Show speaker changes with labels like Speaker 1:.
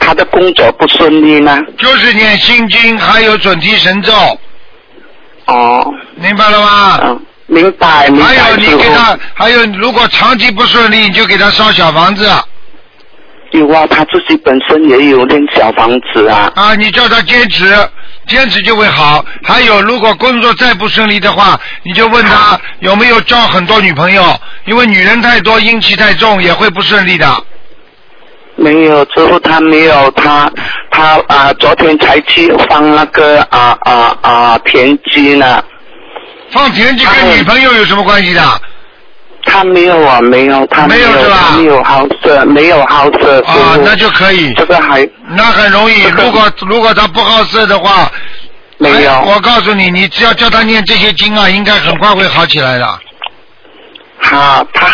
Speaker 1: 他的工作不顺利呢？
Speaker 2: 就是念心经，还有准提神咒，
Speaker 1: 哦，
Speaker 2: 明白了吗？
Speaker 1: 嗯，明白明
Speaker 2: 还有
Speaker 1: 白，
Speaker 2: 哎你
Speaker 1: 师
Speaker 2: 给
Speaker 1: 傅。
Speaker 2: 他，还有如果长期不顺利，你就给他烧小房子
Speaker 1: 有啊，他自己本身也有练小房子啊。
Speaker 2: 啊，你叫他坚持，坚持就会好。还有如果工作再不顺利的话，你就问他有没有交很多女朋友，因为女人太多，阴气太重，也会不顺利的。
Speaker 1: 没有，之后他没有，他他啊、昨天才去放那个啊啊啊田鸡呢，
Speaker 2: 放田鸡跟女朋友有什么关系的？啊
Speaker 1: 他没有啊，没有，他
Speaker 2: 没有
Speaker 1: 有，
Speaker 2: 是吧
Speaker 1: 他没有好色，没有好色，师
Speaker 2: 啊，
Speaker 1: 傅
Speaker 2: 那就可以，
Speaker 1: 这个还
Speaker 2: 那很容易。如果如果他不好色的话，
Speaker 1: 没有。
Speaker 2: 哎我告诉你，你只要叫他念这些经啊，应该很快会好起来的。
Speaker 1: 他他